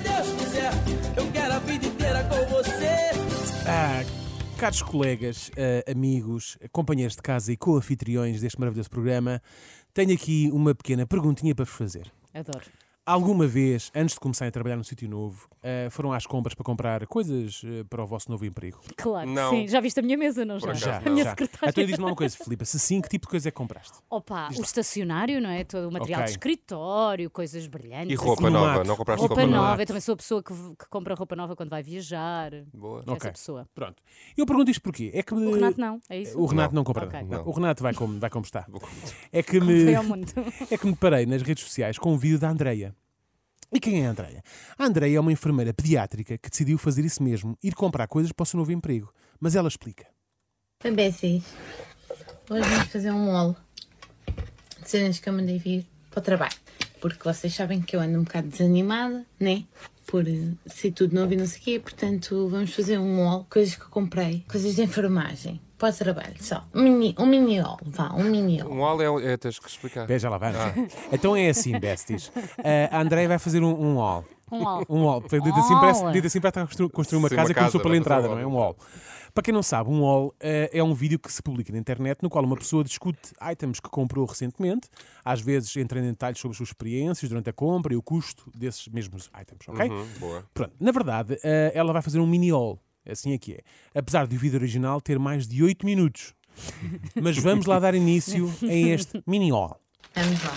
Deus quiser, eu quero a vida inteira com você. Ah, caros colegas, ah, amigos, companheiros de casa e co-anfitriões deste maravilhoso programa, tenho aqui uma pequena perguntinha para vos fazer. Adoro. Alguma vez, antes de começarem a trabalhar num sítio novo, ah, foram às compras para comprar coisas ah, para o vosso novo emprego? Claro, que Não. sim. Já viste a minha mesa, não já? acaso, Já, a minha já. secretária. Então diz-me uma coisa, Filipa, se sim, que tipo de coisa é que compraste? Opa, o estacionário, não é? Todo o material de Ok. escritório, coisas brilhantes. E assim. roupa no nova, mato. não compraste Roupa roupa, no nova. mato. Eu também sou a pessoa que, v- que compra roupa nova quando vai viajar. Boa. Essa Ok. pessoa. Pronto. Eu pergunto isto porquê? É que O Renato não, é isso? O Renato não, Não. compra. Ok. Não. O Renato vai como, vai como está. É que me... Foi ao mundo. É que me parei nas redes sociais com um vídeo da Andreia. E quem é a Andreia? A Andreia é uma enfermeira pediátrica que decidiu fazer isso mesmo, ir comprar coisas para o seu novo emprego. Mas ela explica. Bebês, assim. hoje vamos fazer um molo de cenas que eu mandei vir para o trabalho. Porque vocês sabem que eu ando um bocado desanimada, né? Por eh, ser tudo novo e não sei o quê. Portanto, vamos fazer um molo, coisas que eu comprei, coisas de enfermagem, para o trabalho só. Mini, um mini ol, vá, um mini ol. Um óleo é, um- é, tens que explicar. Pé, já lá vai. Ah. Então é assim, besties. Ah, A Andreia vai fazer um, um all. Um all. Um all. Dito assim, All. parece, dito assim, parece que constru- construiu uma Sim, uma casa e começou casa, pela vai entrada, fazer um não é? all. Um all. Para quem não sabe, um all eh, é um vídeo que se publica na internet no qual uma pessoa discute itens que comprou recentemente, às vezes entra em detalhes sobre as suas experiências durante a compra e o custo desses mesmos itens, ok? Hum, boa. Pronto, na verdade, eh, ela vai fazer um mini-all, assim é que é. Apesar do vídeo original ter mais de 8 minutos. Mas vamos lá dar início a este mini-all. Vamos lá.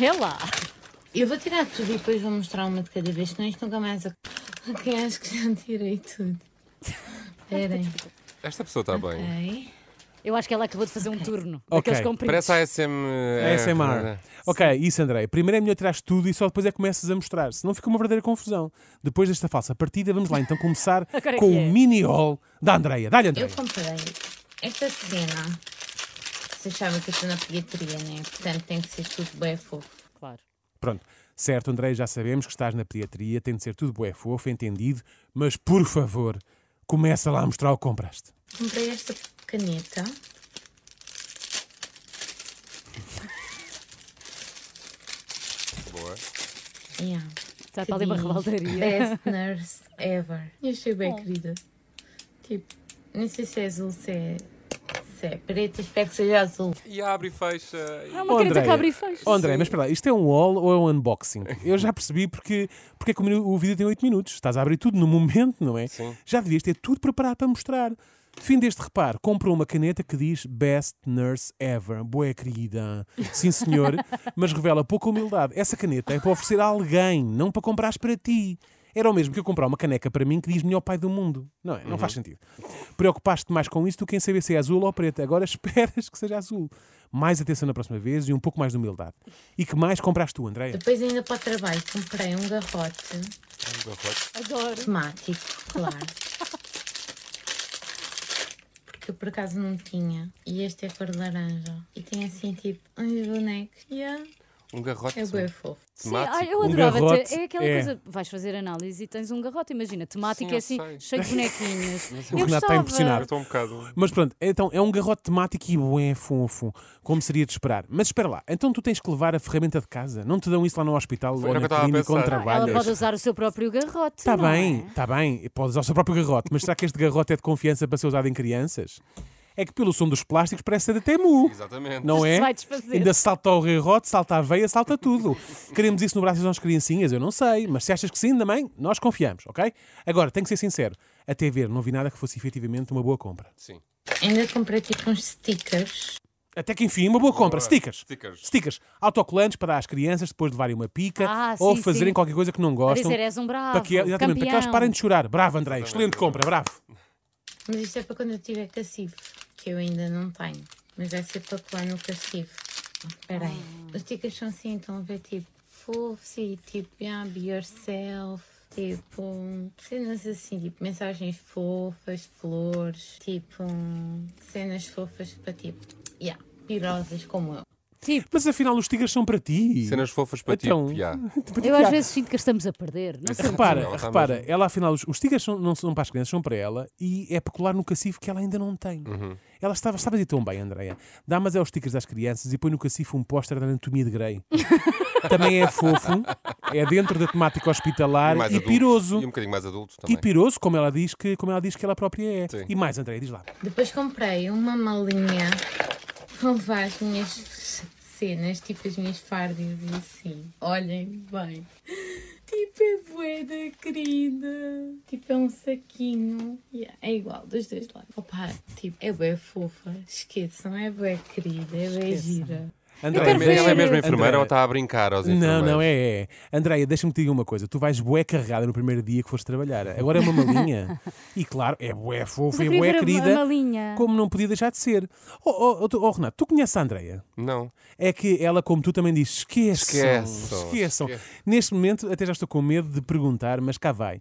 É lá. Eu vou tirar tudo e depois vou mostrar uma de cada vez, senão isto nunca mais. ac- Ok, acho que já tirei tudo. Esperem. Esta pessoa É, está bem. Ok. Eu acho que ela acabou de fazer um turno. Ok. Daqueles compridos. Parece a SM. É ASMR. Ok, isso, André. Primeiro é melhor tirar tudo e só depois é que começas a mostrar. Senão fica uma verdadeira confusão. Depois desta falsa partida, vamos lá então começar Agora é com que é. o mini-all da Andreia. Dá-lhe, Eu Andreia. comprei esta cena. Vocês sabem que eu estou na pediatria, né? Portanto, tem que ser tudo bem fofo. Claro. Pronto. Certo, André, já sabemos que estás na pediatria, tem de ser tudo bué fofo, entendido, mas por favor, começa lá a mostrar o que compraste. Comprei esta caneta. Boa. Yeah. Está para tá ali uma Tadinhos. rebaldaria. Oh. Best nurse ever. Eu achei bem querida. Tipo, nem sei se é azul, se é, se é preto, espero que seja azul. E abre e fecha. e- É uma caneta que abre e fecha. Oh, André, mas espera lá, isto é um all ou é um unboxing? Eu já percebi porque, porque é que o minu- o vídeo tem 8 minutos. Estás a abrir tudo no momento, não é? Sim. Já devias ter tudo preparado para mostrar. Fim deste reparo, comprou uma caneta que diz Best Nurse Ever. Boa querida. Sim, senhor, mas revela pouca humildade. Essa caneta é para oferecer a alguém, não para comprares para ti. Era o mesmo que eu comprar uma caneca para mim que diz melhor pai do mundo. Não é? Não faz Uhum. sentido. Preocupaste-te mais com isso do que em saber se é azul ou preta. Agora esperas que seja azul. Mais atenção na próxima vez e um pouco mais de humildade. E que mais compraste tu, Andréia? Depois, ainda para o trabalho, comprei um garrote Adoro. temático, claro. Porque eu por acaso não tinha. E este é cor de laranja. E tem assim, tipo, uns bonecos. Yeah. Um garrote. É bem fofo. Sim, ah, eu Um adorava garrote ter. É aquela é- coisa. Vais fazer análise e tens um garrote, imagina. Temática Sim, é eu assim, sei. cheio de bonequinhos. O Eu Renato está gostava. Eu impressionado. estou um bocado. Mas pronto, então é um garrote temático e bué fofo, como seria de esperar. Mas espera lá, então tu tens que levar a ferramenta de casa? Não te dão isso lá no hospital ou Foi o que na eu estava a clínica onde pensar. Ah, Ela trabalhas? pode usar o seu próprio garrote. Está não Tá bem, é? está bem, podes usar o seu próprio garrote, mas será que este garrote é de confiança para ser usado em crianças? É que pelo som dos plásticos parece ser até mu. Exatamente. Não é? vai desfazer. Ainda salta o garrote, salta a veia, salta tudo. Queremos isso no braço das criancinhas? Eu não sei, mas se achas que sim, também, nós confiamos, ok? Agora, tenho que ser sincero, até ver, não vi nada que fosse efetivamente uma boa compra. Sim. Ainda comprei tipo uns stickers. Até que enfim, uma boa compra. Stickers. Stickers. Stickers. Autocolantes para às crianças depois de levarem uma pica Ah, ou sim, fazerem sim. qualquer coisa que não Para gostam. dizer, és um bravo. para que, é, exatamente, para que elas campeão." parem de chorar. Bravo, André. Excelente compra, bravo. Mas isto é para quando eu tiver cacifo, que eu ainda não tenho. Mas vai ser para colar no cacifo. Espera aí. Os stickers são assim, então a ver tipo fofos e tipo, yeah, be yourself. Tipo, cenas assim, tipo, mensagens fofas, flores, tipo, cenas fofas para tipo, yeah, pirosas como eu. Tipo, Mas afinal, os tigres são para ti. Cenas fofas para ti. Então, piá. eu às vezes sinto que estamos a perder. Não sei. Sim, Repara, ela tá repara, mesmo. ela afinal, os, os tigres são- não são para as crianças, são para ela e é peculiar no cacifo que ela ainda não tem. Uhum. Ela estava, estava a dizer tão bem, Andréia. Dá mas é aos tigres às crianças e põe no cacifo um póster da anatomia de Grey. Também é fofo, é dentro da temática hospitalar mais e, adulto. piroso. E um bocadinho mais adulto E também. piroso, como ela diz que, como ela, diz que ela própria é. Sim. E mais, Andréia, diz lá. Depois comprei uma malinha com várias minhas cenas, tipo as minhas fardas e assim. Olhem bem. Tipo, é boeda querida. Tipo, é um saquinho. Yeah, é igual, dos dois lados. Opa, tipo, é boé fofa. Esqueçam, é boé querida, é boé gira. Ela é, Andréia, quero ver. mesmo, ela é mesmo enfermeira Andréia. ou está a brincar aos Não, enfermeiros? não é. é. Andréia, deixa-me te dizer uma coisa. Tu vais bué carregada no primeiro dia que fores trabalhar. Agora é uma malinha. e claro, é bué fofa, Eu é queria bué ver a- querida. a malinha. Como não podia deixar de ser. Oh, oh, oh, tu- oh, Renato, tu conheces a Andreia? Não. É que ela, como tu também dizes, esqueçam, Esqueçam, esqueçam. Neste momento, até já estou com medo de perguntar, mas cá vai.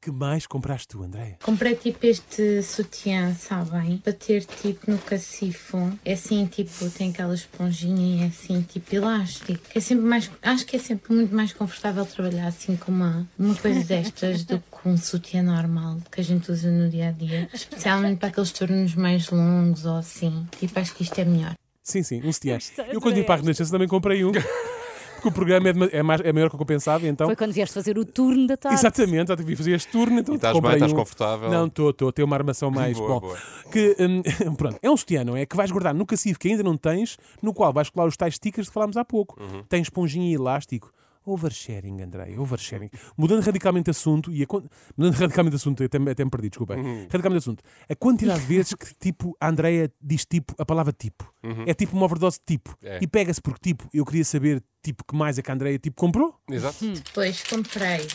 Que mais compraste tu, Andreia? Comprei tipo este sutiã, sabem? Para ter tipo no cacifo. É assim, tipo, tem aquela esponjinha e é assim, tipo, elástico. É sempre mais, acho que é sempre muito mais confortável trabalhar assim com uma, uma coisa destas do que com um sutiã normal que a gente usa no dia a dia. Especialmente para aqueles turnos mais longos ou assim. Tipo, acho que isto é melhor. Sim, sim, um sutiã. Gostei, Eu, quando vim para a Andreia. Renascença, também comprei um. Porque o programa é, de ma- é mais, é maior que o que eu pensava, e então. Foi quando vieste fazer o turno da tarde. Exatamente, já tive fazer este turno, então E estás bem, comprei estás um. confortável? Não, estou, estou, tenho uma armação mais. Boa, bom, boa. Que, hum, pronto, é um sutiã, não é? Que vais guardar no cacifo que ainda não tens, no qual vais colar os tais ticas que falámos há pouco. Uhum. Tem esponjinha e elástico. Oversharing, Andrei, oversharing. Mudando radicalmente de assunto, e a quan- mudando radicalmente de assunto, eu até, me- até me perdi, desculpa. Uhum. Radicalmente de assunto. A quantidade de vezes que tipo, a Andreia diz tipo, a palavra tipo. É tipo uma overdose de tipo. Uhum. É. E pega-se porque tipo, eu queria saber tipo que mais é que a Andreia tipo comprou. Exato. Hum. Depois comprei.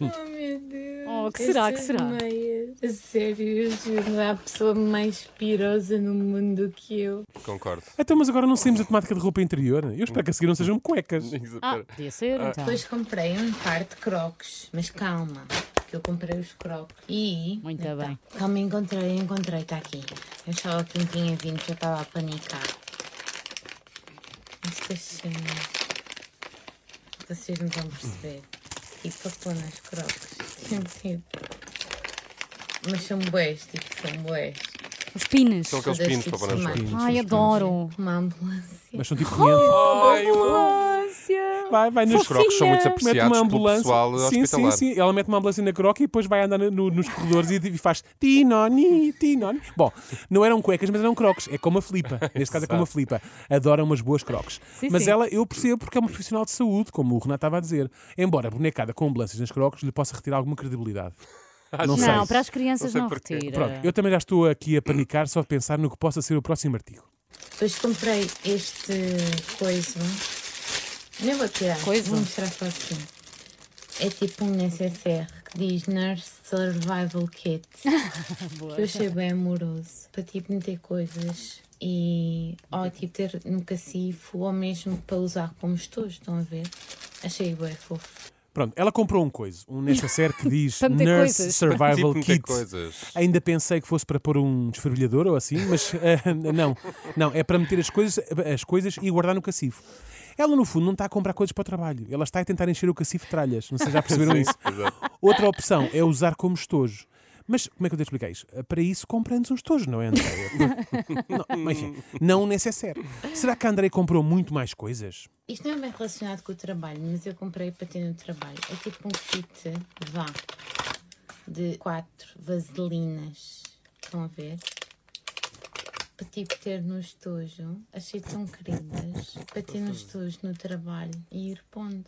oh meu Deus. Oh, que será, que Essas será? Meias. A sério, eu juro, não há pessoa mais pirosa no mundo do que eu. Concordo. Então, mas agora não saímos a temática de roupa interior. Eu espero que a seguir não sejam cuecas. um Ah, podia ser, então. Depois comprei um par de crocs, mas calma, que eu comprei os crocs. E. Muito então, bem. Calma, encontrei, encontrei, está aqui. Eu achava que não tinha vindo, já estava a panicar. Estas cenas. Vocês não vão perceber. Tipo, a pôr nas crocs. Tipo. Mas são boés, tipo, são boés. Os pinas. São aqueles Desse pinos tipo para pôr nas de coisas. Ai, adoro. Uma ambulância. Mas são tipo 500. Ai, uma- Ambulância. Vai, vai nos Os crocs são muito Mete uma apreciados pelo ambulância. pessoal sim, sim, hospitalar. sim. Ela mete uma ambulância na croca e depois vai andar no- nos corredores e e faz tinoni, tinoni. Bom, não eram cuecas, mas eram crocs. É como a Flipa. Neste caso é como a Flipa. Adora umas boas crocs. Sim, mas sim. ela, eu percebo porque é uma profissional de saúde, como o Renato estava a dizer. Embora a bonecada com ambulâncias nas crocs lhe possa retirar alguma credibilidade. Não sei. Não, para as crianças sei não, porquê. retira. Pronto, eu também já estou aqui a panicar só de pensar no que possa ser o próximo artigo. Depois comprei este coisa. Nem vou tirar. Coisa? Vou mostrar só assim. É tipo um necessaire que diz Nurse Survival Kit. que eu achei bem amoroso. Para tipo meter coisas e ou tipo ter no cacifo ou mesmo para usar como estou, estão a ver? Achei bem fofo. Pronto, ela comprou um coisa, um necessaire que diz Para meter Nurse coisas. Survival Tipo, meter Kit. coisas. Ainda pensei que fosse para pôr um desfervilhador ou assim, mas ah, não, não, é para meter as coisas, as coisas e guardar no cacifo. Ela, no fundo, não está a comprar coisas para o trabalho, ela está a tentar encher o cacifo de tralhas, não sei se já perceberam isso. Outra opção é usar como estojo. Mas como é que eu te explicar isso? Para isso compramos um estojo, não é, Andréia? não, mas, enfim, não necessário. Será que a Andréia comprou muito mais coisas? Isto não é bem relacionado com o trabalho, mas eu comprei para ter no trabalho. É tipo um kit vá de quatro vaselinas. Estão a ver? Para tipo ter no estojo. Achei tão queridas. Para ter no estojo no trabalho e ir pondo.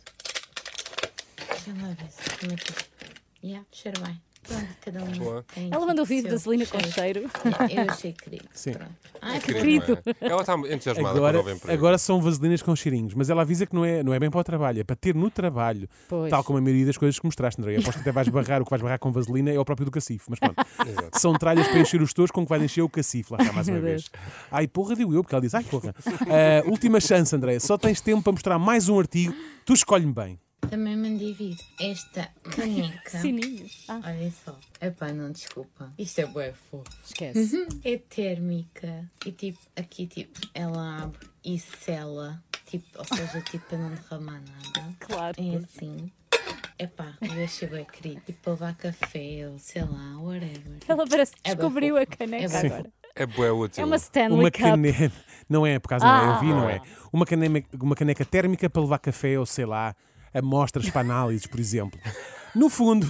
Deixa lá ver se como é que. tipo- Yeah, cheiro bem. Pronto, cada um. Boa. tem Ela o mandou o vídeo seu da Celina com cheiro. cheiro. Yeah, Eu achei querido. Sim. Pronto. Ah, Ai, que Querido, não é? Ela está entusiasmada com o Agora, novo emprego. agora são vaselinas com cheirinhos, mas ela avisa que não é, não é bem para o trabalho, é para ter no trabalho, Pois. tal como a maioria das coisas que mostraste, André. Aposto que até vais barrar, o que vais barrar com vaselina é o próprio do cacifo, mas pronto. são tralhas para encher os tojos com que vais encher o cacifo, lá está mais uma Meu vez. Ai porra, digo eu, porque ela diz, ai porra. Ah, última chance, André, só tens tempo para mostrar mais um artigo, tu escolhe-me bem. Também mandei vir esta caneca. Sininhos. Ah, Olha só. Epá, não desculpa. Isto é bué fofo. Uhum. esquece. É térmica. E tipo, aqui tipo, ela abre e sela. Tipo, ou seja, tipo para não derramar nada. Claro. É assim. Epá, eu achei bem querido. Tipo para levar café ou sei lá, whatever. Ela parece que É bem descobriu a fofo. caneca É bem agora. É bué útil. É uma Stanley Uma Cup. caneca. Não é, por causa não é, eu vi, Ah. não é. Uma caneca, uma caneca térmica para levar café ou sei lá, amostras para análises, por exemplo. No fundo.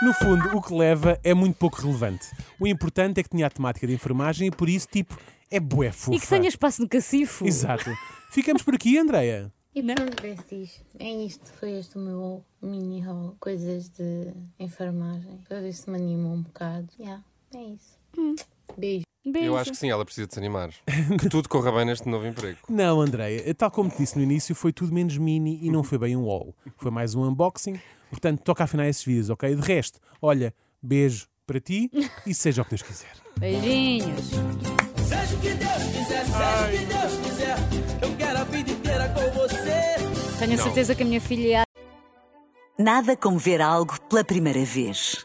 No fundo, o que leva é muito pouco relevante. O importante é que tinha a temática de enfermagem e por isso, tipo, é bué fofa. E que tenha espaço no cacifo. Exato. Ficamos por aqui, Andreia. E pronto, besties. É isto. Foi este o meu mini haul. Coisas de enfermagem. Para ver se me animou um bocado. Yeah, é isso. Beijo. Um Beijo. Eu acho que sim, ela precisa desanimar. Que tudo corra bem neste novo emprego. Não, Andreia, tal como te disse no início, foi tudo menos mini e não foi bem um haul. Foi mais um unboxing. Portanto, toca afinar esses vídeos, ok? De resto, olha, beijo para ti e seja o que Deus quiser. Beijinhos. Seja o que Deus quiser, seja o que Deus quiser, eu quero a vida inteira com você. Tenho a certeza que a minha filha Nada como ver algo pela primeira vez.